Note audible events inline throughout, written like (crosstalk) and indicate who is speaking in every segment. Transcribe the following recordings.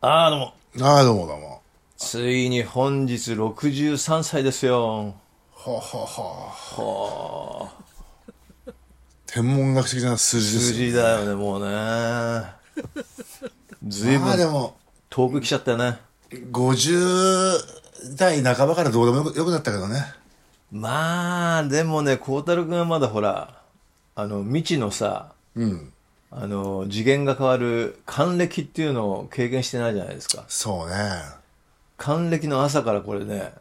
Speaker 1: ああ、どうも。
Speaker 2: ああ、どうもどうも。
Speaker 1: ついに本日63歳ですよ。
Speaker 2: はあ、は (laughs) 天文学的な数字です
Speaker 1: 無
Speaker 2: よ。
Speaker 1: 事だよね、もうね。ずい
Speaker 2: ま
Speaker 1: ぶ
Speaker 2: あで
Speaker 1: ん
Speaker 2: も、
Speaker 1: 遠く来ちゃったよね。
Speaker 2: 50代半ばからどうでもよくよくなったけどね。
Speaker 1: まあ、でもね、孝太郎くんはまだほら、あの、未知のさ、
Speaker 2: うん。
Speaker 1: あの、次元が変わる還暦っていうのを経験してないじゃないですか。
Speaker 2: そうね。
Speaker 1: 還暦の朝からこれね、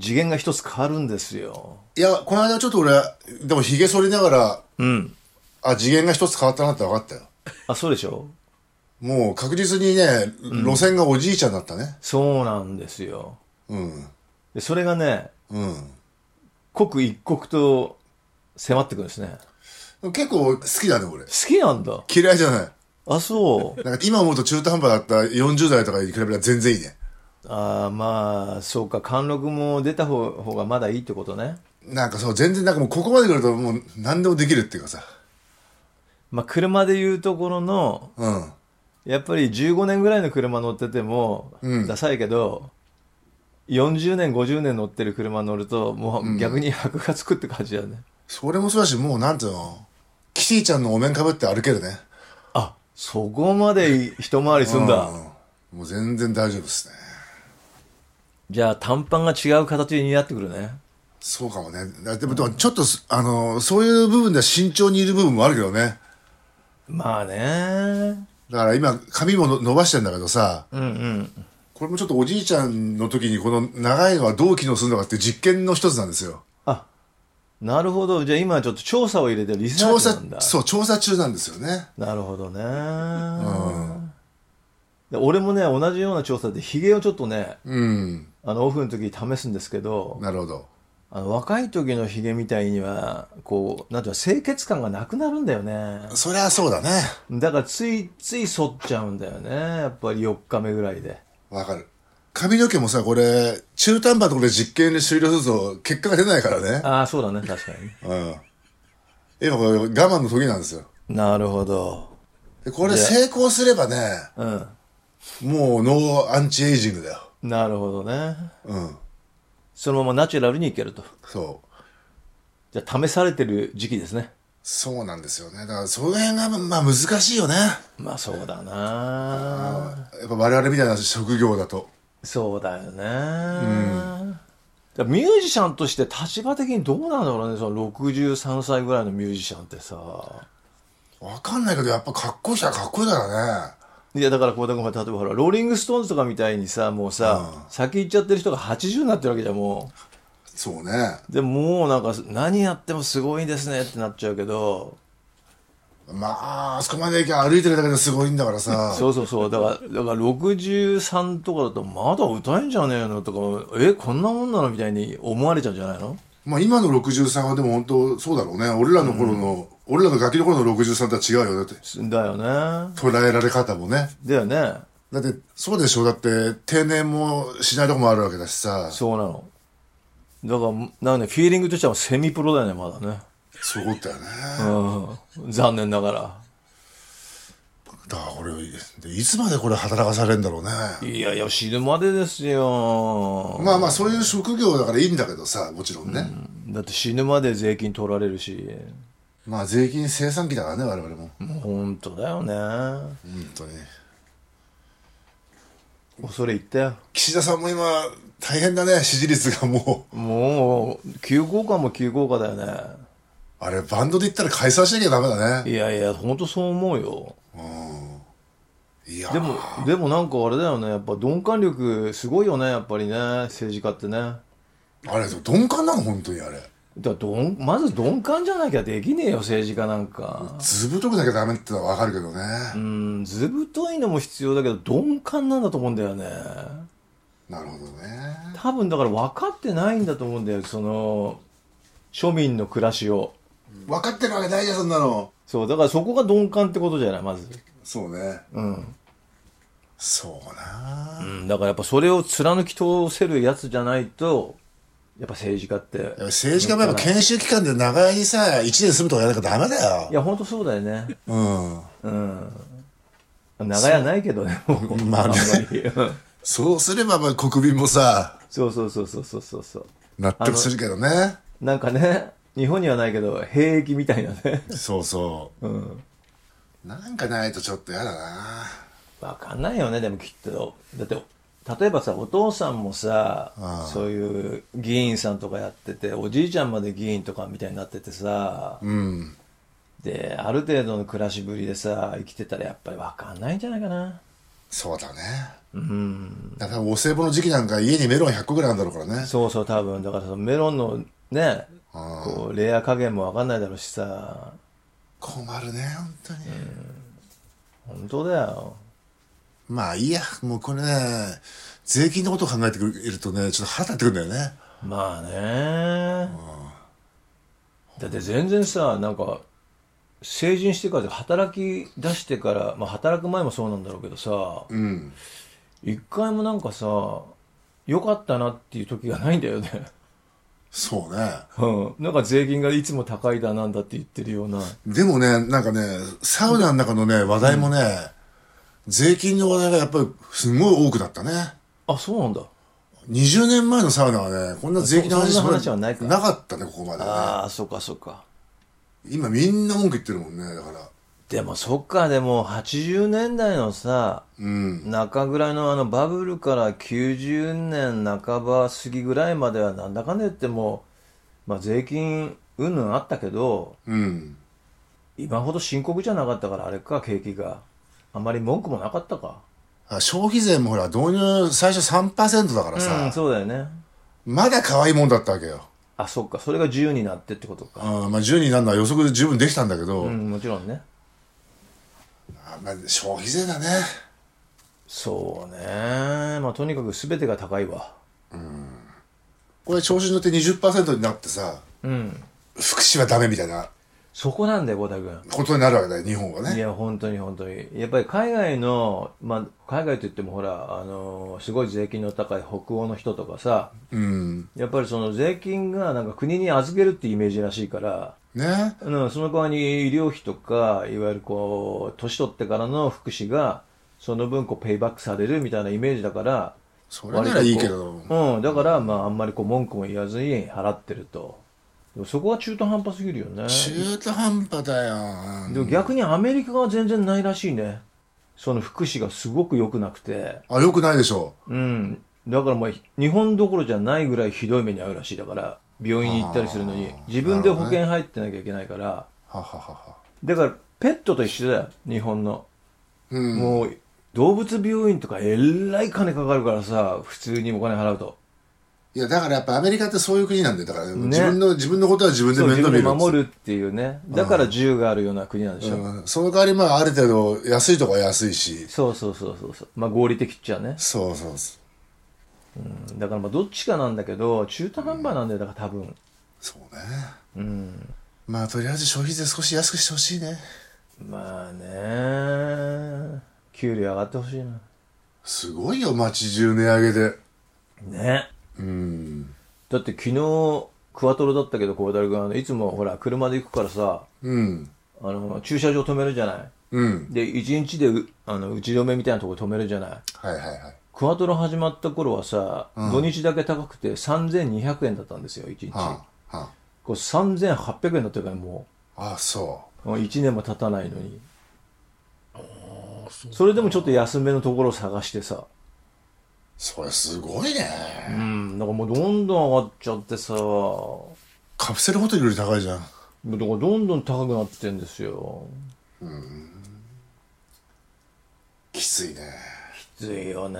Speaker 1: 次元が一つ変わるんですよ。
Speaker 2: いや、この間ちょっと俺、でも髭剃りながら、
Speaker 1: うん。
Speaker 2: あ、次元が一つ変わったなって分かったよ。
Speaker 1: あ、そうでしょ
Speaker 2: もう確実にね、路線がおじいちゃんだったね。
Speaker 1: そうなんですよ。
Speaker 2: うん。
Speaker 1: で、それがね、
Speaker 2: うん。
Speaker 1: 刻一刻と迫ってくるんですね。
Speaker 2: 結構好きだね、俺。
Speaker 1: 好きなんだ。
Speaker 2: 嫌いじゃない。
Speaker 1: あ、そう。
Speaker 2: なんか今思うと中途半端だった40代とかに比べたら全然いいね。
Speaker 1: あーまあ、そうか、貫禄も出た方方がまだいいってことね。
Speaker 2: なんかそう、全然なんかもうここまで来るともう何でもできるっていうかさ。
Speaker 1: まあ、車で言うところの、
Speaker 2: うん。
Speaker 1: やっぱり15年ぐらいの車乗ってても、
Speaker 2: うん
Speaker 1: ダサいけど、40年、50年乗ってる車乗ると、もう逆に箔がつくって感じだね。
Speaker 2: それもそうだし、もうなんていうの、キティちゃんのお面かぶって歩けるね。
Speaker 1: あ、そこまで一回りすんだ。
Speaker 2: うん。もう全然大丈夫ですね。
Speaker 1: じゃあ、短パンが違う形になってくるね。
Speaker 2: そうかもね。だでも、でもちょっとす、あの、そういう部分では慎重にいる部分もあるけどね。
Speaker 1: まあね。
Speaker 2: だから今、髪もの伸ばしてんだけどさ、
Speaker 1: うんうん。
Speaker 2: これもちょっとおじいちゃんの時にこの長いのはどう機能するのかっていう実験の一つなんですよ。
Speaker 1: あなるほどじゃあ今ちょっと調査を入れてリサー
Speaker 2: 調
Speaker 1: チな
Speaker 2: 査
Speaker 1: んだ、
Speaker 2: そう、調査中なんですよね。
Speaker 1: なるほどね、で俺もね同じような調査でヒゲをちょっとね
Speaker 2: うん。
Speaker 1: あのオフの時に試すんですけど
Speaker 2: なるほど。
Speaker 1: あの若い時のヒゲみたいにはこうなんていうの清潔感がなくなるんだよね
Speaker 2: そりゃそうだね。
Speaker 1: だからついつい剃っちゃうんだよねやっぱり4日目ぐらいで
Speaker 2: わかる。髪の毛もさ、これ、中途半端なところで実験で終了すると結果が出ないからね。
Speaker 1: ああそうだね確か
Speaker 2: (laughs)
Speaker 1: に
Speaker 2: うん。今これ我慢の時なんですよ。
Speaker 1: なるほど
Speaker 2: で、これ成功すればね、
Speaker 1: うん
Speaker 2: もうノーアンチエイジングだよ。
Speaker 1: なるほどね
Speaker 2: うん。
Speaker 1: そのままナチュラルにいけると
Speaker 2: そう。
Speaker 1: じゃあ試されてる時期ですね
Speaker 2: そうなんですよね。だからその辺が、まあ難しいよね。
Speaker 1: まあそうだな
Speaker 2: やっぱ我々みたいな職業だと。
Speaker 1: そうだよね、だからミュージシャンとして立場的にどうなんだろうねその63歳ぐらいのミュージシャンってさ
Speaker 2: わかんないけど、やっぱかっこいい人はかっこいいから
Speaker 1: い
Speaker 2: ね。
Speaker 1: やだから孝太君が例えばほらローリング・ストーンズとかみたいにさもうさ、先行っちゃってる人が80になってるわけじゃんも
Speaker 2: そうね。
Speaker 1: うでもうなんか何やってもすごいですねってなっちゃうけど
Speaker 2: まあ、あそこまで行きゃ歩いてるだけですごいんだからさ。
Speaker 1: そうそうそうだからだから63とかだとまだ歌えんじゃねえのとかえこんなもんなのみたいに思われちゃうんじゃないの
Speaker 2: まあ今の63はでも本当そうだろうね。俺らの頃の、俺らのガキの頃の63とは違うよ。だって、
Speaker 1: だよね
Speaker 2: 捉えられ方もね。
Speaker 1: だよね
Speaker 2: だって、そうでしょだって、定年もしないとこもあるわけだしさ。
Speaker 1: そうなの。だから、なんかね、フィーリングとしてはセミプロだよね、まだね。
Speaker 2: そういうことだよね。
Speaker 1: うん。残念なが
Speaker 2: だからこれ、いつまでこれ働かされるんだろうね。
Speaker 1: ら。いやいや、死ぬまでですよ。
Speaker 2: まあまあ、そういう職業だからいいんだけどさ、もちろんね。
Speaker 1: だって死ぬまで税金取られるし。
Speaker 2: まあ税金生産期だからね、我々も。本
Speaker 1: もう本当だよね。
Speaker 2: 当に。
Speaker 1: 恐れ入ったよ。
Speaker 2: 岸田さんも今、大変だね、支持率がもう。
Speaker 1: もう、急降下も急降下だよ
Speaker 2: あれ、バンドで言ったら解散しなきゃダメだ
Speaker 1: ね。
Speaker 2: ね。
Speaker 1: いやいや、本当そう思うよ。
Speaker 2: いやー
Speaker 1: でも、でもなんかあれだよね。やっぱ鈍感力すごいよね、やっぱりね。政治家ってね。
Speaker 2: あれ、鈍感なの、本当にあ
Speaker 1: だ
Speaker 2: れ。
Speaker 1: からどんまず鈍感じゃなきゃできねえよ、政治家なんか。
Speaker 2: ずぶとくなきゃダメってのはわかるけどね。
Speaker 1: うん、図太いのも必要だけど鈍感なんだと思うんだよね
Speaker 2: なるほどね。
Speaker 1: 多分だから分かってないんだと思うんだよその庶民の暮らしを
Speaker 2: 分かってるわけないじゃん、そんなの。
Speaker 1: そうだからそこが鈍感ってことじゃないまず
Speaker 2: そうね。
Speaker 1: うん、
Speaker 2: そうな
Speaker 1: うん、だからやっぱそれを貫き通せるやつじゃないとやっぱ政治家って
Speaker 2: やっぱ政治家もやっぱ研修期間で長いさ、1年住むとかやらなきゃダメだ
Speaker 1: い
Speaker 2: よ。
Speaker 1: やほんとそうだよね
Speaker 2: うん。
Speaker 1: うん長屋ないけど
Speaker 2: (laughs)
Speaker 1: ね、もう。
Speaker 2: まあね
Speaker 1: んまりうん
Speaker 2: そうすればまあ国民もさ
Speaker 1: そうそうそうそうそうそうそう。
Speaker 2: 納得するけどね
Speaker 1: なんかね、日本にはないけど、兵役みたいなね。
Speaker 2: そうそう、
Speaker 1: ん
Speaker 2: なんかないとちょっとやだな
Speaker 1: わかんないよね、でもきっと。だって、例えばさ、お父さんもさ、そういう議員さんとかやってて、おじいちゃんまで議員とかみたいになっててさ、
Speaker 2: うん
Speaker 1: で、ある程度の暮らしぶりでさ、生きてたらやっぱりわかんないんじゃないかな。
Speaker 2: そうだねうんだからお歳暮の時期なんか家にメロン100個ぐらいあるんだろうからね
Speaker 1: そうそう、多分。だからそのメロンのね、こう、レア加減もわかんないだろうしさ、
Speaker 2: 困るね本当に、
Speaker 1: 本当だよ。
Speaker 2: まあいいやもうこれね税金のことを考えてくるとねちょっと腹立ってくるんだよね
Speaker 1: まあね、だって全然さなんか成人してから働き出してから、まあ、働く前もそうなんだろうけどさ、
Speaker 2: うん
Speaker 1: 一回もなんかさ良かったなっていう時がないんだよね、
Speaker 2: そうね
Speaker 1: うん、なんか税金がいつも高いだなんだって言ってるような
Speaker 2: でもね、なんかね、サウナの中のね、話題もね、税金の話題がやっぱりすごい多くなったね。
Speaker 1: あそうなんだ
Speaker 2: 20年前のサウナはね、こんな税金の
Speaker 1: そ
Speaker 2: 話
Speaker 1: そんな話
Speaker 2: し
Speaker 1: は
Speaker 2: か
Speaker 1: な
Speaker 2: ない
Speaker 1: か
Speaker 2: かったね、ここまでね、
Speaker 1: ああそうかそうか
Speaker 2: 今みんな文句言ってるもんね、だから。
Speaker 1: でもそっかでも80年代のさ
Speaker 2: うん。
Speaker 1: 中ぐらいのあのバブルから90年半ば過ぎぐらいまではなんだかんだ言っても、まあ、税金うんぬんあったけど
Speaker 2: うん。
Speaker 1: 今ほど深刻じゃなかったからあれか景気があまり文句もなかったか
Speaker 2: あ消費税もほら、導入最初3%だから
Speaker 1: うん
Speaker 2: さ、
Speaker 1: そうだよね
Speaker 2: まだ可愛いもんだったわけよ。
Speaker 1: あそっかそれが自由になってってことか
Speaker 2: あまあ10になるのは予測で十分できたんだけど、
Speaker 1: うんもちろんね
Speaker 2: あまあ、消費税だね。
Speaker 1: そうねまあとにかく全てが高いわ
Speaker 2: これ調子に乗って20%になってさ、
Speaker 1: うん
Speaker 2: 福祉はダメみたいな
Speaker 1: そこなんだよ孝太君
Speaker 2: ことになるわけだよ、日本はね。
Speaker 1: いや、本当に本当に。やっぱり海外の、まあ、海外といってもほら、あのーすごい税金の高い北欧の人とかさ、
Speaker 2: うん。
Speaker 1: やっぱりその税金がなんか国に預けるってイメージらしいから、
Speaker 2: ね。
Speaker 1: うん、その代わりに医療費とか、いわゆるこう、年取ってからの福祉が、その分こう、ペイバックされるみたいなイメージだから、
Speaker 2: それならいいけど
Speaker 1: 割と、こううん、だから、まあ、あんまりこう、文句も言わずに払ってると。でもそこは中途半端すぎるよね。
Speaker 2: 中途半端だよ。
Speaker 1: でも逆にアメリカは全然ないらしいね。その福祉がすごく良くなくて。
Speaker 2: あ、よくないでしょ
Speaker 1: うん。だからまあ、日本どころじゃないぐらいひどい目に遭うらしい。だから、病院に行ったりするのに、自分で保険入ってなきゃいけないから。
Speaker 2: はははは。
Speaker 1: だから、ペットと一緒だよ。日本の。
Speaker 2: うん。
Speaker 1: もう、動物病院とかえらい金かかるからさ、普通にお金払うと。
Speaker 2: いや、だからやっぱアメリカってそういう国なんで、だから、自分の、自分のことは自分で
Speaker 1: そう、
Speaker 2: 面
Speaker 1: 自
Speaker 2: 倒
Speaker 1: 分
Speaker 2: 見
Speaker 1: で
Speaker 2: る
Speaker 1: 守
Speaker 2: っつう。
Speaker 1: るっていうね。だから銃があるような国なんでしょ。
Speaker 2: うん。その代わりまあ、ある程度、安いとこは安いし。
Speaker 1: そうそうそうそうそう。まあ合理的っちゃね。
Speaker 2: そうそうそう。
Speaker 1: だからまあどっちかなんだけど中途半端なんだよだから多分
Speaker 2: そうね。うん。まあ、とりあえず消費税少し安くしてほしいね。
Speaker 1: まあね給料上がってほしいな
Speaker 2: すごいよ、街中値上げで。
Speaker 1: ね
Speaker 2: うん。
Speaker 1: だって昨日クワトロだったけど孝太郎君あのいつもほら車で行くからさ
Speaker 2: うん。
Speaker 1: あの駐車場止めるじゃない
Speaker 2: うん。
Speaker 1: で1日でうあの打ち止めみたいなとこ止めるじゃない
Speaker 2: はいはいはい。
Speaker 1: クワトロ始まった頃はさ、土日だけ高くて3200円だったんですよ1日、
Speaker 2: はあ、は
Speaker 1: これ3800円だったからも
Speaker 2: あ。あ、そう
Speaker 1: 1年も経たないのにそれでもちょっと安めのところを探してさ
Speaker 2: う。それすごいね。
Speaker 1: うん、だからもうどんどん上がっちゃってさ、も
Speaker 2: カプセルホテルより高いじゃん。
Speaker 1: うだからどんどん高くなってんですよ。
Speaker 2: きついね。
Speaker 1: きついよね。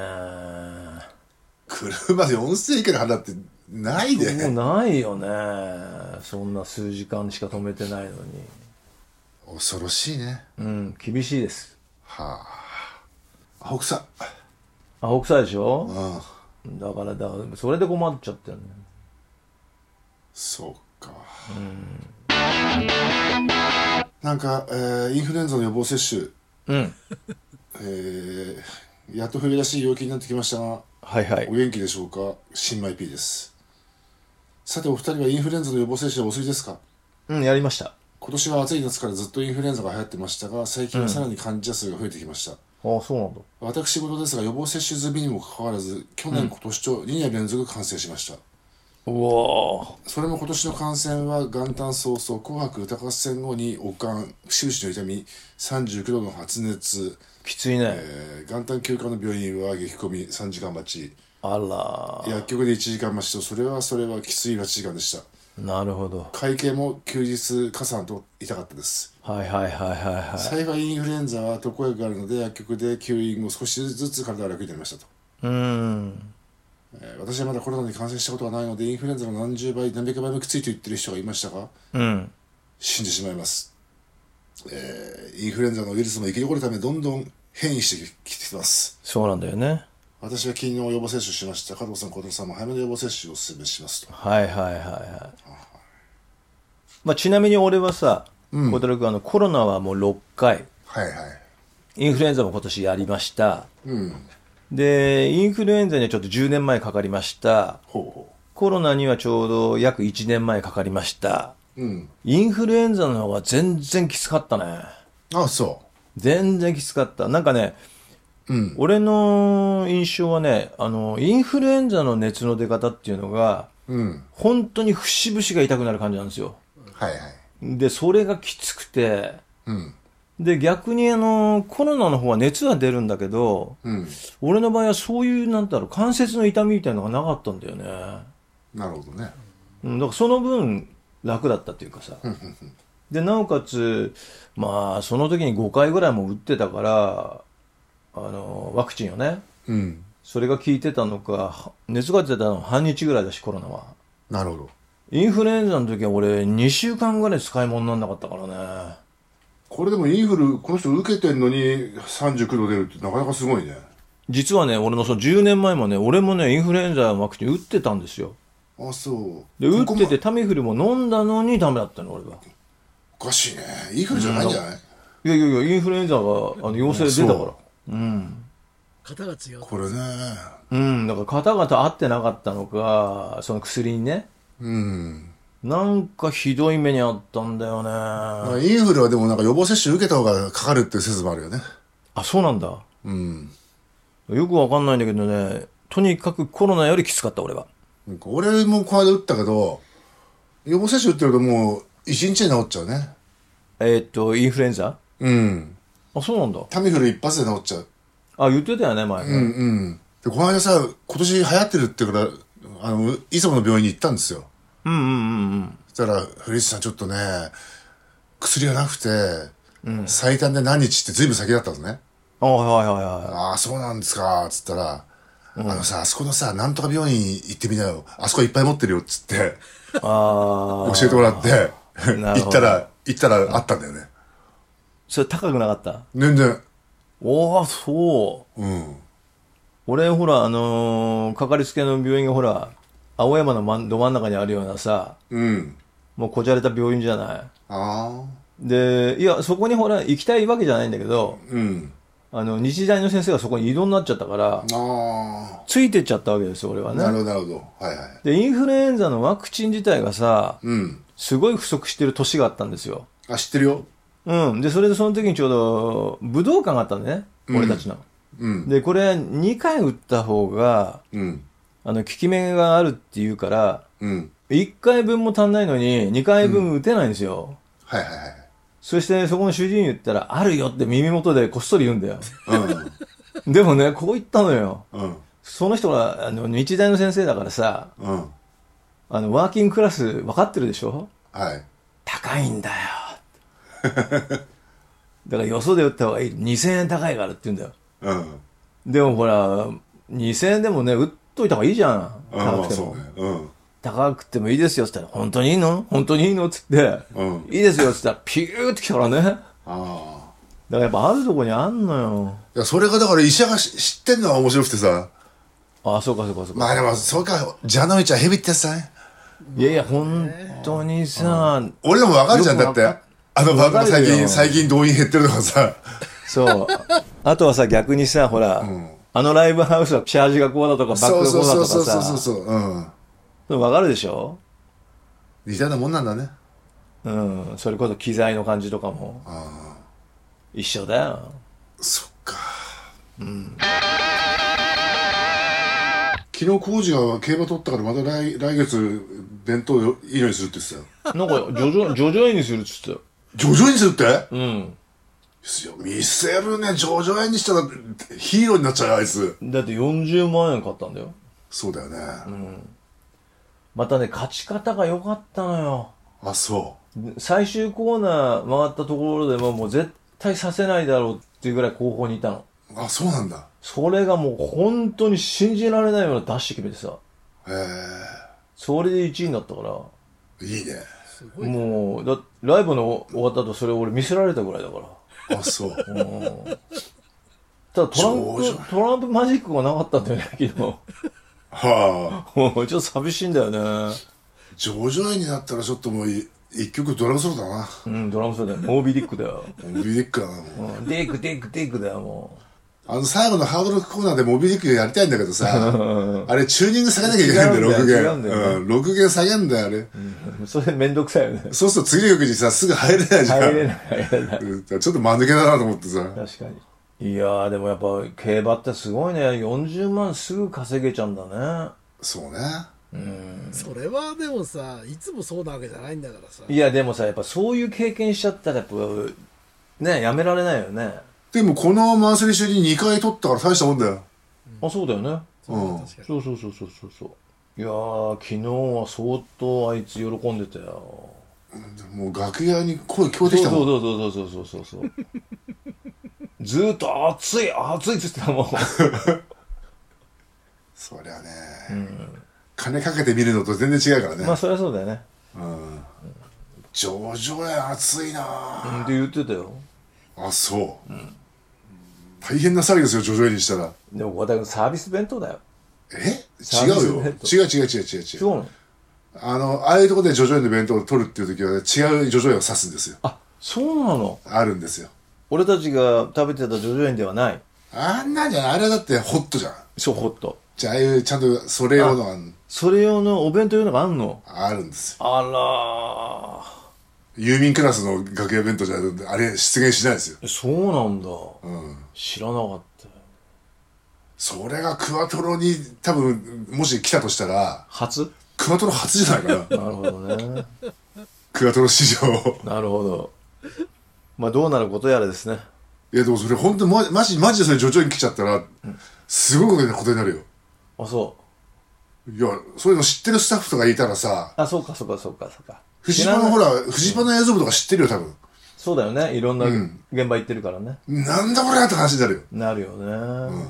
Speaker 2: 車で音声から払ってない
Speaker 1: も
Speaker 2: で、
Speaker 1: うないよね。そんな数時間しか止めてないのに。
Speaker 2: 恐ろしいね
Speaker 1: うん、厳しいです。
Speaker 2: はあ青臭
Speaker 1: 青臭いでしょ
Speaker 2: うん
Speaker 1: だから、だから、それで困っちゃってるね。
Speaker 2: そうかなんか、えーインフルエンザの予防接
Speaker 1: うん。
Speaker 2: 種、えーやっと冬らしい陽気になってきましたが
Speaker 1: はいは
Speaker 2: お
Speaker 1: い。
Speaker 2: 元気でしょうか新米 P ですさてお二人はインフルエンザの予防接種はお済みですか
Speaker 1: うん、やりました。
Speaker 2: 今年は暑い夏からずっとインフルエンザが流行ってましたが最近はさらに患者数が増えてきました、
Speaker 1: ああそうなんだ
Speaker 2: 私事ですが予防接種済みにもかかわらず去年今年と2年連続感染しました、
Speaker 1: うわ
Speaker 2: それも今年の感染は元旦早々「紅白歌合戦」後に悪寒終始の痛み39度の発熱、
Speaker 1: きついね、
Speaker 2: えー元旦休館の病院は激混み3時間待ち
Speaker 1: あら
Speaker 2: 薬局で1時間待ちとそれはそれはきつい8時間でした
Speaker 1: なるほど
Speaker 2: 会計も休日加算と痛かったです
Speaker 1: はいはいはいはいは
Speaker 2: 幸いインフルエンザは特効薬があるので薬局で吸引後少しずつ体が楽になりましたと、
Speaker 1: いうん
Speaker 2: えー私はまだコロナに感染したことがないのでインフルエンザの何十倍何百倍もきついと言ってる人がいましたが
Speaker 1: うん
Speaker 2: 死んでしまいます、えーインフルエンザのウイルスも生き残るためどんどん変異してきてます
Speaker 1: そうなんだよね
Speaker 2: 私は昨日予防接種しました加藤さん小藤さんも早めの予防接種をお勧めしますと
Speaker 1: はいはいはいはい、まあ、ちなみに俺はさ小太郎君あのコロナはもう6回
Speaker 2: はいはい
Speaker 1: インフルエンザも今年やりました
Speaker 2: うん
Speaker 1: でインフルエンザにはちょっと10年前かかりました
Speaker 2: ほうほ
Speaker 1: コロナにはちょうど約1年前かかりました
Speaker 2: ううん
Speaker 1: インフルエンザの方が全然きつかったね
Speaker 2: あそ
Speaker 1: 全然きつかったなんかね
Speaker 2: ううん
Speaker 1: 俺の印象はねあのインフルエンザの熱の出方っていうのが
Speaker 2: うん
Speaker 1: 本当に節々が痛くなる感じなんですよ
Speaker 2: はいはい
Speaker 1: でそれがきつくて
Speaker 2: うん
Speaker 1: で逆にあのコロナの方は熱は出るんだけど
Speaker 2: うん
Speaker 1: 俺の場合はそういうなんだろう関節の痛みみたいなのがなかったんだよね
Speaker 2: なるほどね
Speaker 1: うんだからその分楽だったっていうかさでなおかつまあその時に5回ぐらいも打ってたからあのワクチンをね
Speaker 2: うん
Speaker 1: それが効いてたのかは熱が出てたのは半日ぐらいだしコロナは
Speaker 2: なるほど
Speaker 1: インフルエンザの時は俺2週間ぐらい使い物になんなかったからね
Speaker 2: これでもインフルこの人受けてんのに39度出るってなかなかすごいね
Speaker 1: 実はね、俺のその10年前もね、俺もね、インフルエンザのワクチン打ってたんですよ。
Speaker 2: あそう
Speaker 1: で、打っ
Speaker 2: ここ
Speaker 1: て
Speaker 2: も
Speaker 1: てタミフルも飲んだのにダメだったの、俺は。
Speaker 2: おかしいねインフルじゃないんじゃない
Speaker 1: いやいやいや、インフルエンザがあの陽性出たから。うん。
Speaker 3: 肩が強い
Speaker 2: これね
Speaker 1: うん、だから方々合ってなかったのか、その薬にね。
Speaker 2: うん
Speaker 1: なんかひどい目にあったんだよね。
Speaker 2: まあインフルはでもなんか予防接種受けた方がかかるっていう説もあるよね。
Speaker 1: あ、そうなんだ。
Speaker 2: うん。
Speaker 1: よくわかんないんだけどね、とにかくコロナよりきつかった、俺は。
Speaker 2: なんか俺もこの間打ったけど、予防接種打ってるともう一日で治っちゃうね。
Speaker 1: えーっと、インフルエンザ
Speaker 2: うん。
Speaker 1: あ、そうなんだ。
Speaker 2: タミフル一発で治っちゃう。
Speaker 1: あ、言ってたよね、前ね。
Speaker 2: うんうん。で、この間さ、今年流行ってるって言うから、あの、いつもの病院に行ったんですよ。
Speaker 1: うんうんうんうん。
Speaker 2: そしたら、古市さんちょっとね、薬がなくて、最短で何日って随分先だったのね。
Speaker 1: あ、はいはいはいはい。
Speaker 2: ああ、そうなんですか、つったら、あのさ、あそこのさ、なんとか病院行ってみなよ。あそこいっぱい持ってるよ、つって。
Speaker 1: ああ。
Speaker 2: 教えてもらって、
Speaker 1: なる
Speaker 2: 行
Speaker 1: ほど
Speaker 2: ったら、行ったらあったんだよね。
Speaker 1: それ高くなかった
Speaker 2: 全然。
Speaker 1: おあ、そう。
Speaker 2: うん。
Speaker 1: 俺、ほら、あのーかかりつけの病院がほら、青山の真んど真ん中にあるようなさ、
Speaker 2: うん。
Speaker 1: もうこじゃれた病院じゃない。
Speaker 2: ああ。
Speaker 1: で、いや、そこにほら、行きたいわけじゃないんだけど、
Speaker 2: うん。
Speaker 1: あの、日大の先生がそこに異動になっちゃったから、
Speaker 2: あ
Speaker 1: ついてっちゃったわけですよ、俺は
Speaker 2: あ。な
Speaker 1: ね。
Speaker 2: るほど、なるほど。はいはい。
Speaker 1: で、インフルエンザのワクチン自体がさ、
Speaker 2: うん。
Speaker 1: すごい不足してる年があったんですよ。
Speaker 2: あ、知ってるよ。
Speaker 1: うん。で、それでその時にちょうど、武道館があったんだね、俺たちの。
Speaker 2: うん。
Speaker 1: で、これ2回打った方が、
Speaker 2: うん。
Speaker 1: あの、効き目があるっていうから、
Speaker 2: うん。
Speaker 1: 1回分も足んないのに、2回分打てないんですよ。
Speaker 2: はいはい
Speaker 1: そして、そこの主治医に言ったら、あるよって耳元でこっそり言うんだよ。
Speaker 2: はい。
Speaker 1: でもね、こう言ったのよ。
Speaker 2: うん。うん。
Speaker 1: その人が、あの、日大の先生だからさ、
Speaker 2: うん。
Speaker 1: あの、ワーキングクラス分かってるでしょ
Speaker 2: はい。
Speaker 1: 高いんだよ。だから、よそで打った方がいい。2000円高いからって言うんだよ。
Speaker 2: うん。
Speaker 1: でもほら、2000円でもね、打っといた方がいいじゃん。
Speaker 2: あ
Speaker 1: 高
Speaker 2: あ、
Speaker 1: くて
Speaker 2: そ
Speaker 1: も
Speaker 2: う。ね。うん。
Speaker 1: 高くてもいいですよっつったら、本当にいいの本当にいいのっつって、
Speaker 2: うん
Speaker 1: いいですよっつったら、ピューって来たからね。だか
Speaker 2: ああ。
Speaker 1: らやっぱあるとこにあんのよ。
Speaker 2: いや、それがだから医者がし知ってんのが面白くてさ。
Speaker 1: あそうかそうかそうか。
Speaker 2: まあでも、そうか、ジャノイちゃんヘビってやつだね。
Speaker 1: いやいや、本当にさ、
Speaker 2: 俺らもわかるじゃん、だ
Speaker 1: よ
Speaker 2: っ
Speaker 1: くわか
Speaker 2: て。あの番組
Speaker 1: わか
Speaker 2: 最
Speaker 1: るよ
Speaker 2: 近、最近動員減ってるとかさ。
Speaker 1: そう。あとはさ、逆にさ、ほら、あのライブハウスはチャージがこうだとか、バック
Speaker 2: そう
Speaker 1: が
Speaker 2: そ
Speaker 1: こ
Speaker 2: う
Speaker 1: うだ
Speaker 2: そ
Speaker 1: と
Speaker 2: うそう
Speaker 1: か
Speaker 2: そう
Speaker 1: さ、
Speaker 2: そう。うん。
Speaker 1: わかるでしょ
Speaker 2: 似たようなもんなんだね。
Speaker 1: うん。それこそ機材の感じとかも。一緒だよ。
Speaker 2: そっか。昨日工事が競馬取ったからまた来来月弁当よいいのにするって言ってたよ
Speaker 1: なんか徐々徐々にするっつって
Speaker 2: 徐々にするって、
Speaker 1: たよ
Speaker 2: 見せるね徐々にしたらヒーローになっちゃうよあいつ
Speaker 1: うんだって40万円買ったんだよ
Speaker 2: そうだよね、
Speaker 1: またね勝ち方が良かったのよ
Speaker 2: あそ
Speaker 1: 最終コーナー回ったところでももう絶対させないだろうっていうぐらい後方にいたの
Speaker 2: うあそうなんだ
Speaker 1: それがもう本当に信じられないようなダッシュ決めてさ
Speaker 2: へ
Speaker 1: それで1位になったから
Speaker 2: えいいね
Speaker 1: もうだライブの終わった後それ俺見せられたぐらいだから
Speaker 2: あそう
Speaker 1: (laughs) ただトラン
Speaker 2: 上手
Speaker 1: プトランプマジックがなかったんだよね昨日も
Speaker 2: はあ
Speaker 1: うちょっと寂しいんだよね
Speaker 2: 徐々になったらちょっともうい一曲ドラムソロだな
Speaker 1: うんドラムそうだよモービーディックだよ、
Speaker 2: モビリックだなもう
Speaker 1: うん、ディックディックディックだよも
Speaker 2: あの最後のハードロックコーナーでモビリックやりたいんだけど
Speaker 1: (laughs)
Speaker 2: さ
Speaker 1: う
Speaker 2: あれチューニング下げなきゃいけないんだ
Speaker 1: 違
Speaker 2: よ
Speaker 1: うん
Speaker 2: 6
Speaker 1: だ
Speaker 2: 弦
Speaker 1: よ違うんだよ
Speaker 2: うん、6弦下げんだよあれ、
Speaker 1: うんそれめんどくさいよね
Speaker 2: そうすると次の曲にさすぐ入れないじゃん
Speaker 1: 入れない入れない
Speaker 2: うんちょっと間抜けだなと思ってさ
Speaker 1: 確かにいやーでもやっぱ競馬ってすごいね40万すぐ稼げちゃうんだ
Speaker 2: そうね
Speaker 3: それはでもさいつもそうなわけじゃないんだからさ
Speaker 1: ねいやでもさやっぱそういう経験しちゃったらやっぱねやめられないよね
Speaker 2: でもこのマンスリー中に2回取ったから大したもんだよ
Speaker 1: あそうだよね
Speaker 2: うん
Speaker 3: 確かに
Speaker 1: そうそうそうそうそうそういやー昨日は相当あいつ喜んでたよ
Speaker 2: もう楽屋に声聞こえて
Speaker 1: そう
Speaker 2: きたもん
Speaker 1: そうそうそうそうそうそうそうずーっと熱い熱いっつってた (laughs) もん
Speaker 2: そりゃね、金かけて見るのと全然違うからね、
Speaker 1: まあそりゃそうだよね
Speaker 2: うん上々や暑いな
Speaker 1: う
Speaker 2: あ、
Speaker 1: んって言ってたよ
Speaker 2: あそう、大変な騒ぎですよ徐々にしたら
Speaker 1: でも私サービス弁当だよ
Speaker 2: え
Speaker 1: サー
Speaker 2: 違
Speaker 1: ビス
Speaker 2: うよ
Speaker 1: 弁当
Speaker 2: 違う違う違う違う違
Speaker 1: 違う
Speaker 2: う
Speaker 1: の
Speaker 2: あのああいうところで徐々にの弁当を取るっていう時は、ね、違う徐々にを刺すんですよ
Speaker 1: あそうなの
Speaker 2: あるんですよ
Speaker 1: 俺たちが食べてた叙々苑ではない
Speaker 2: あんなんじゃないあれはだってホットじゃん
Speaker 1: そうホット
Speaker 2: じゃあああいうちゃんとそれ用のがあん
Speaker 1: それ用のお弁当用のがあんの
Speaker 2: あるんですよ
Speaker 1: あ
Speaker 2: 郵便クラスの楽屋弁当じゃないとあれ出現しないですよ
Speaker 1: らそうなんだ、
Speaker 2: ん
Speaker 1: 知らなかった
Speaker 2: それがクワトロに多分もし来たとしたら
Speaker 1: 初
Speaker 2: クワトロ初じゃないか
Speaker 1: (laughs)
Speaker 2: な
Speaker 1: なるほどね
Speaker 2: クワトロ史上
Speaker 1: なるほどまあどうなることやらですね
Speaker 2: いやでもそれ本当ママジマジでそれ徐々に来ちゃったらすごいことになるよ
Speaker 1: あそう
Speaker 2: いやそういうの知ってるスタッフとかいたらさ
Speaker 1: あそうかそうかそうかそうか
Speaker 2: 藤島のほ
Speaker 1: ら
Speaker 2: ら藤島の映像部とか知ってるよ多分
Speaker 1: そうだよねいろんな現場行ってるからね、
Speaker 2: なんだこれって話になるよ
Speaker 1: なるよね、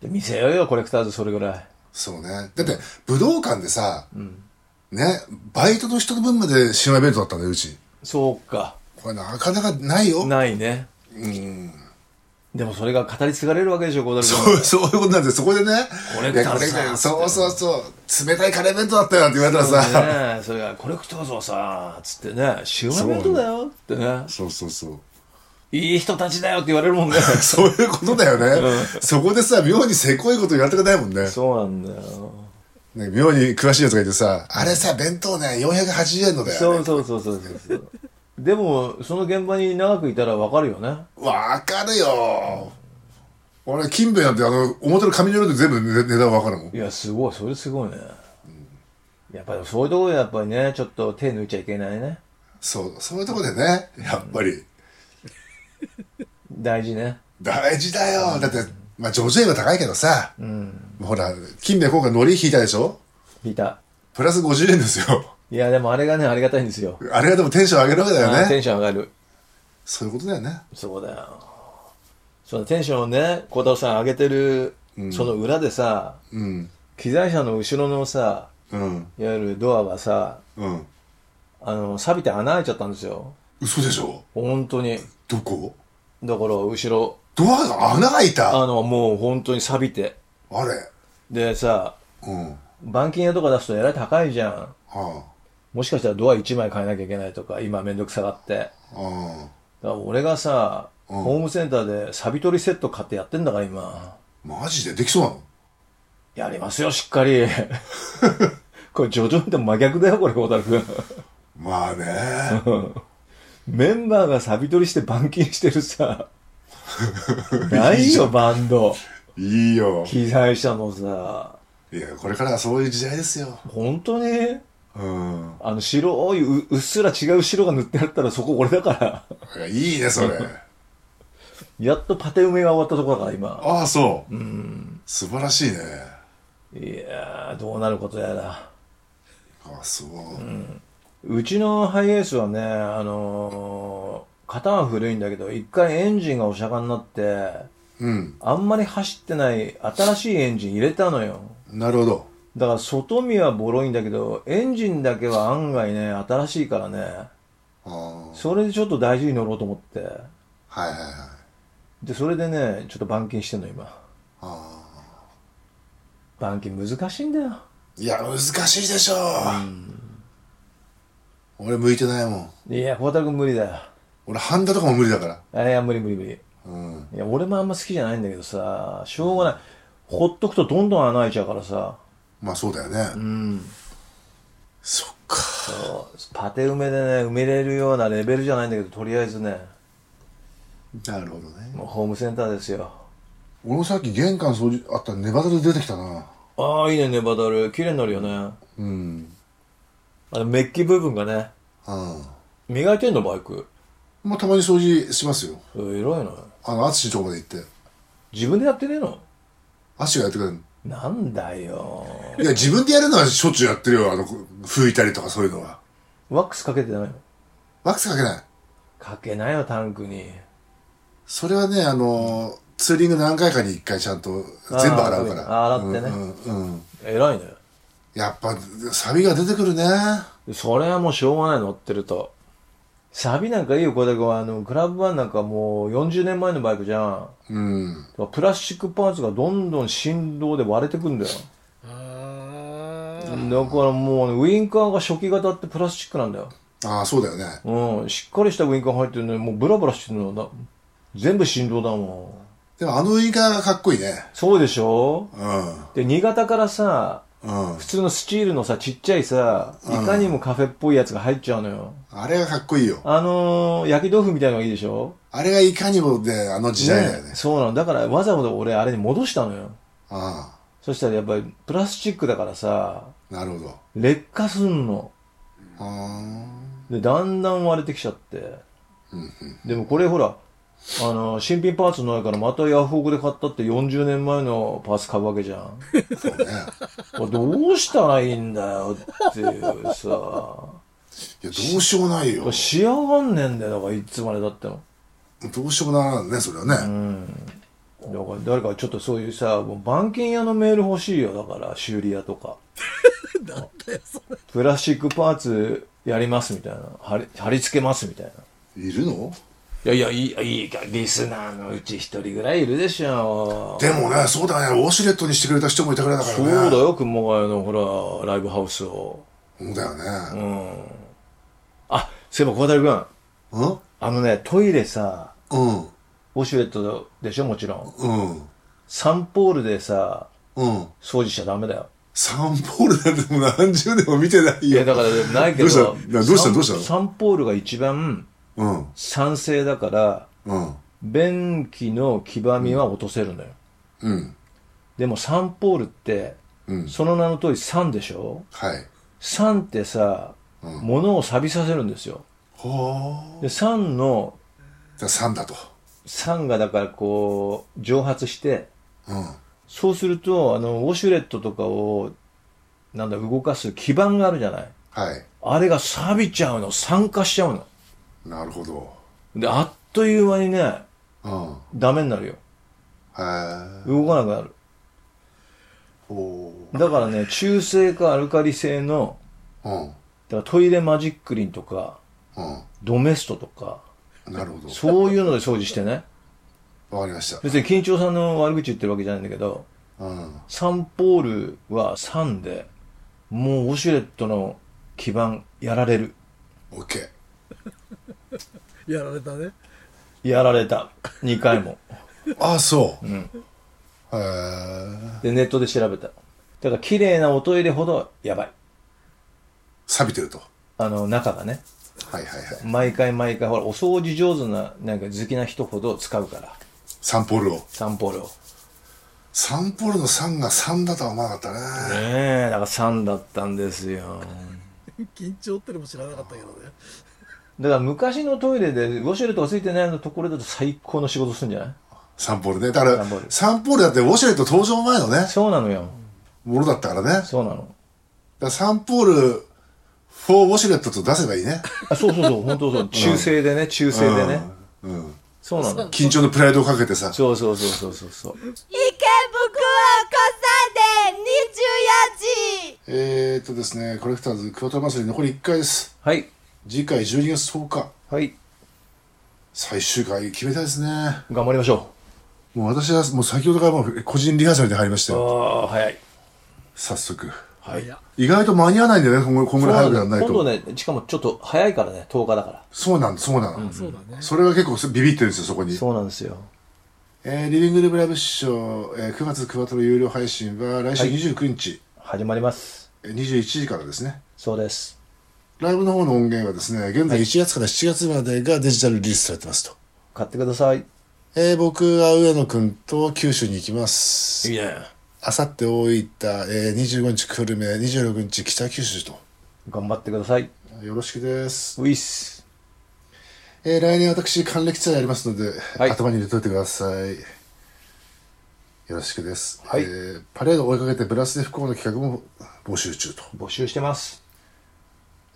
Speaker 1: で見せようよコレクターズそれぐらい
Speaker 2: そうねだって武道館でさ、ねバイトの人の分までシウマイ弁当だったんだようち
Speaker 1: そうか
Speaker 2: これなかなかないよ
Speaker 1: ないねでもそれが語り継がれるわけでしょ小樽
Speaker 2: そう
Speaker 1: 君
Speaker 2: そういうことなんですよ。そこでね。
Speaker 1: コレクターズさん
Speaker 2: いやターズそうそうそう。冷たいカレー弁当だったよって言われたらさ。
Speaker 1: ねそれがコレクターズはさつってねシウマイ弁当だよってね
Speaker 2: そうそうそう。 (laughs)
Speaker 1: いい人たちだよって言われるもんね
Speaker 2: そういうことだよね。そこでさ、妙にせこいこと言われたくないもんね。
Speaker 1: (laughs) そうなんだよ
Speaker 2: ね妙に詳しいやつがいてさ、あれさ、弁当ね、480円のだよ、
Speaker 1: そ
Speaker 2: ね
Speaker 1: う。そうそうそうそうそうでもその現場に長くいたらわかるよね
Speaker 2: わかるよ。俺、金兵衛なんて、あの、表の紙の色で全部値値段わかるもん
Speaker 1: い。やすごいそれすごいね、やっぱりそういうところでやっぱりねちょっと手抜いちゃいけないね
Speaker 2: そう、そういうとこでね、やっぱり、
Speaker 1: 大事ね
Speaker 2: 大事だよ。だって、まあ、上場は高いけどさ、ほら、金兵衛今回海苔引いたでしょ
Speaker 1: 聞いた
Speaker 2: プラス50円ですよ。 (laughs)
Speaker 1: いやでもあれがねありがたいんですよ、
Speaker 2: あれがでもテンション上げるわけだ
Speaker 1: あー
Speaker 2: よ
Speaker 1: テン
Speaker 2: ね。
Speaker 1: ション上がる
Speaker 2: そういうことだよね。
Speaker 1: そうだよそのテンションをね孝太郎さん上げてる、その裏でさ
Speaker 2: うん。
Speaker 1: 機材車の後ろのさ
Speaker 2: うん。
Speaker 1: いわゆるドアがさ
Speaker 2: うん。
Speaker 1: あの錆びて穴開いちゃったんですよ
Speaker 2: 嘘でしょ
Speaker 1: 本当に
Speaker 2: どこ
Speaker 1: だから後ろ
Speaker 2: ドアが穴開いたあ
Speaker 1: あのもう本当に錆びて
Speaker 2: れ。
Speaker 1: でさ
Speaker 2: うん。は
Speaker 1: 板金屋とか出すとえらい高いじゃん
Speaker 2: あ。
Speaker 1: もしかしたらドア1枚変えなきゃいけないとか、今めんどくさがって。だか
Speaker 2: ああ。
Speaker 1: ら俺がさ、
Speaker 2: うん
Speaker 1: ホームセンターでサビ取りセット買ってやってんだから今。
Speaker 2: マジでできそうなの
Speaker 1: やりますよ、しっかり。 (laughs) これ、ジョジョンと真逆だよ、これ、小田君。
Speaker 2: まあね。
Speaker 1: (laughs) メンバーがサビ取りして板金してるさ、ないよ、バンド。
Speaker 2: いいよ。
Speaker 1: 機材車のさ、
Speaker 2: いや、これからはそういう時代ですよ。
Speaker 1: 本当に
Speaker 2: うん。
Speaker 1: あの、白いう、うっすら違う白が塗ってあったらそこ俺だから。
Speaker 2: いい
Speaker 1: (laughs)
Speaker 2: ね、それ。
Speaker 1: やっとパテ埋めが終わったところだから、今。
Speaker 2: ああ、そう。素晴らしいね。
Speaker 1: いやー、どうなることやら。
Speaker 2: ああ、そう。
Speaker 1: うちのハイエースはね、あのー、型は古いんだけど、一回エンジンがお釈迦になって、
Speaker 2: うん。
Speaker 1: あんまり走ってない新しいエンジン入れたのよ。
Speaker 2: なるほど。
Speaker 1: だから外見はボロいんだけど、エンジンだけは案外ね、新しいからね。
Speaker 2: あ
Speaker 1: それでちょっと大事に乗ろうと思って。
Speaker 2: あ。はいはいはい。
Speaker 1: で、それでね、ちょっと板金してんの、今。
Speaker 2: ああ。
Speaker 1: 板金難しいんだよ。
Speaker 2: いや、難しいでしょう。俺向いてないもん。
Speaker 1: いや、孝太君無理だよ。
Speaker 2: 俺、ハンダとかも無理だから。
Speaker 1: あいや、無理無理無理。
Speaker 2: うん。
Speaker 1: いや、俺もあんま好きじゃないんだけどさ、しょうがない。ほっとくとどんどん穴開いちゃうからさ。
Speaker 2: まあ、そうだよね。
Speaker 1: うん。
Speaker 2: そっか。
Speaker 1: そうパテ埋めでね、埋めれるようなレベルじゃないんだけど、とりあえずね、
Speaker 2: なるほどね。
Speaker 1: もうホームセンターですよ。
Speaker 2: 俺もさっき玄関掃除あったらネバダで出てきたな。
Speaker 1: ああ、いいね、ネバダル。綺麗になるよね。
Speaker 2: うん。
Speaker 1: あの、メッキ部分がね、
Speaker 2: うん。
Speaker 1: 磨いてんの、バイク。
Speaker 2: まあ、たまに掃除しますよ。
Speaker 1: えー偉いな。
Speaker 2: あの、淳のとこまで行って。
Speaker 1: 自分でやってねえの
Speaker 2: 淳がやってくれるの。
Speaker 1: なんだよ。
Speaker 2: いや、自分でやるのはしょっちゅうやってるよ。あの、拭いたりとかそういうのは。
Speaker 1: ワックスかけてないの
Speaker 2: ワックスかけない。
Speaker 1: かけないよ、タンクに。
Speaker 2: それはね、あの、ツーリング何回かに一回ちゃんと全部洗うから。
Speaker 1: あーそういうのあー洗
Speaker 2: ってね。うん。うん
Speaker 1: 偉いね。
Speaker 2: やっぱ、サビが出てくるね。
Speaker 1: それはもうしょうがない乗ってるとサビなんかいいよこれだけあのクラブワンなんかもう40年前のバイクじゃん
Speaker 2: うん。
Speaker 1: プラスチックパーツがどんどん振動で割れてくんだよ
Speaker 3: あ
Speaker 1: だ
Speaker 3: あ
Speaker 1: からもう、ね、ウインカーが初期型ってプラスチックなんだよ
Speaker 2: ああ、そうだよね。
Speaker 1: うんしっかりしたウインカー入ってるのにもうブラブラしてるのだ全部振動だもん
Speaker 2: でもあのウインカーがかっこいいね。
Speaker 1: そうでしょ
Speaker 2: うん。
Speaker 1: で新潟からさ
Speaker 2: うん
Speaker 1: 普。通のスチールのさちっちゃいさいかにもカフェっぽいやつが入っちゃうのよ
Speaker 2: あれがかっこいいよ。
Speaker 1: あのー、焼き豆腐みたいのがいいでしょ
Speaker 2: あれがいかにもね、あの時代だよね。
Speaker 1: そうなのだからわざわざ俺あれに戻したのよ
Speaker 2: あ
Speaker 1: そしたらやっぱりプラスチックだからさ
Speaker 2: あ、なるほど。
Speaker 1: 劣化すんの
Speaker 2: あー
Speaker 1: でだんだん割れてきちゃってでもこれほらあの新品パーツないからまたヤフオクで買ったって40年前のパーツ買うわけじゃん
Speaker 2: そう
Speaker 1: (laughs)
Speaker 2: ね。
Speaker 1: これどうしたらいいんだよっていうさ
Speaker 2: いや、どうしようもないよ。
Speaker 1: 仕上がんねんだよだからいつまでだっての
Speaker 2: どうしようもならんね、それはね。
Speaker 1: だから誰かちょっとそういうさもう板金屋のメール欲しいよだから修理屋と (laughs) か
Speaker 3: なんだよそれ
Speaker 1: プラスチックパーツやりますみたいな貼り貼り付けますみたいない
Speaker 2: るの
Speaker 1: いやいやいいいいかリスナーのうち一人ぐらいいるでしょ
Speaker 2: でもね、そうだね、ウォシュレットにしてくれた人もいたぐらいだから
Speaker 1: そう
Speaker 2: ね。
Speaker 1: だよ熊谷のほらライブハウスを
Speaker 2: そうだよね。
Speaker 1: あそういえば小太郎君
Speaker 2: うん
Speaker 1: あのねトイレさ
Speaker 2: うん。
Speaker 1: ウォシュレットでしょもちろん
Speaker 2: うん。
Speaker 1: サンポールでさ
Speaker 2: うん。
Speaker 1: 掃除しちゃダメだよ
Speaker 2: サンポールなんてもう何十年も見てない
Speaker 1: い
Speaker 2: よ。
Speaker 1: やだからないけど
Speaker 2: どうしたなどうした
Speaker 1: サン
Speaker 2: どうしたの
Speaker 1: サンポールが一番
Speaker 2: うん。
Speaker 1: 酸性だから
Speaker 2: うん。
Speaker 1: 便器の黄ばみは落とせるのよ、
Speaker 2: うん。
Speaker 1: でもサンポールって、
Speaker 2: うん
Speaker 1: その名の通り酸でしょ
Speaker 2: はい。
Speaker 1: 酸ってさ、物を錆びさせるんですよ
Speaker 2: ほ
Speaker 1: で酸の
Speaker 2: ー。じゃあ3だと。
Speaker 1: 酸がだからこう蒸発して
Speaker 2: うん。
Speaker 1: そうするとあのウォシュレットとかをなんだ動かす基板があるじゃない
Speaker 2: はい。
Speaker 1: あれが錆びちゃうの酸化しちゃうの
Speaker 2: なるほど。
Speaker 1: であっという間にね
Speaker 2: うん。
Speaker 1: ダメになるよ
Speaker 2: へえ。
Speaker 1: 動かなくなる
Speaker 2: ほ
Speaker 1: だからね中性かアルカリ性の
Speaker 2: ー。うん。
Speaker 1: だからトイレマジックリンとか
Speaker 2: う
Speaker 1: ドメストとか
Speaker 2: ん。なるほ
Speaker 1: そういうので掃除してね
Speaker 2: ど。わかりました。
Speaker 1: 別に緊張さんの悪口言ってるわけじゃないんだけど
Speaker 2: うん。
Speaker 1: サンポールは3でもうウォシュレットの基盤やられる
Speaker 2: オッケー。
Speaker 3: やられたね (laughs)
Speaker 1: やられた2回も
Speaker 2: ああ、そう。うん。へえ。
Speaker 1: でネットで調べただから綺麗なおトイレほどやばい
Speaker 2: 錆びてると。
Speaker 1: あの中がね
Speaker 2: はいはいはい。
Speaker 1: 毎回毎回ほらお掃除上手ななんか好きな人ほど使うから
Speaker 2: サンポールを。
Speaker 1: サンポールを。ね
Speaker 2: サンポールの3が3だとは思わなかったね。
Speaker 1: え、だから3だったんですよ。
Speaker 3: 緊張ってのも知らなかったけどね
Speaker 1: だから昔のトイレでウォシュレットがついてないところだと最高の仕事するんじゃない
Speaker 2: サンポールね。だから
Speaker 1: サンポー、ル
Speaker 2: サンポールだってウォシュレット登場前のね、
Speaker 1: そうなのよ。
Speaker 2: ものだったからね。だか
Speaker 1: そうなの。
Speaker 2: らサンポール4ウォシュレットと出せばいいね。
Speaker 1: あ、そうそうそう、本当そう。中性でね、中性でね。
Speaker 2: うん。
Speaker 1: そうなの。
Speaker 2: 緊張のプライドをかけてさ。
Speaker 1: そうそうそうそうそうそう。
Speaker 4: 池袋子さんで24時
Speaker 2: えーっとですね、コレクターズクワトロ祭り残り1回です。
Speaker 1: はい。
Speaker 2: 次回12月10日。
Speaker 1: はい。
Speaker 2: 最終回決めたいですね。
Speaker 1: 頑張りましょ
Speaker 2: もう私はもう先ほどからもう個人リハーサルで入りました
Speaker 1: う。
Speaker 2: よ。
Speaker 1: ああ、早い。
Speaker 2: 早速。
Speaker 1: はい
Speaker 3: いや
Speaker 2: 意外と間に合わないんだよね、こんこんぐらい早くやらないと。
Speaker 1: 今度ね、しかもちょっと早いからね、10日だから。
Speaker 2: そうなんだ、そうなの。
Speaker 3: そうだね
Speaker 2: それが結構ビビってるんですよ、そこに。
Speaker 1: そうなんですよ。
Speaker 2: えーリビングルームライブショー、えー9月クワトロ有料配信は来週29日、
Speaker 1: 始まります。
Speaker 2: えー21時からですね。
Speaker 1: そうです。
Speaker 2: ライブの方の音源はですね、現在1月から7月までがデジタルリリースされてますと。
Speaker 1: 買ってください。
Speaker 2: えー僕は上野くんと九州に行きます。
Speaker 1: いね。
Speaker 2: あさって大分、えー、25日久留米、26日北九州と。
Speaker 1: 頑張ってください。
Speaker 2: よろしくです。
Speaker 1: ウィス。
Speaker 2: えー来年私、還暦ツアーやりますので、
Speaker 1: はい
Speaker 2: 頭に入れといてください。よろしくです。
Speaker 1: はい
Speaker 2: えーパレードを追いかけてブラスで不幸の企画も募集中と。
Speaker 1: 募集してます。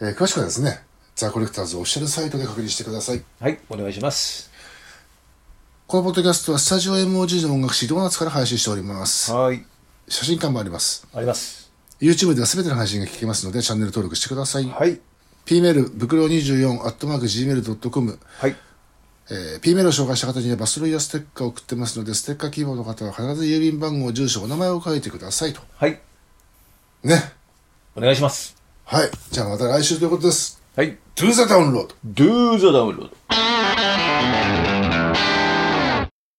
Speaker 2: えー詳しくはですね、ザ・コレクターズオフィシャルサイトで確認してください。
Speaker 1: はい、お願いします。
Speaker 2: このポッドキャストはスタジオ MOG の音楽誌ドーナツから配信しております。
Speaker 1: はい。
Speaker 2: 写真館もあります。
Speaker 1: あります。
Speaker 2: YouTube では全ての配信が聞けますので、チャンネル登録してください。
Speaker 1: はい。
Speaker 2: p メール、ぶくろ24、アットマーク、gmail.com。
Speaker 1: はい。
Speaker 2: えー、P メールを紹介した方にはバスロイヤーステッカーを送ってますので、ステッカー希望の方は必ず郵便番号、住所、お名前を書いてくださいと。
Speaker 1: はい。
Speaker 2: ね。
Speaker 1: お願いします。
Speaker 2: はい。じゃあまた来週ということです。
Speaker 1: はい。
Speaker 2: To the download!
Speaker 1: Do the download.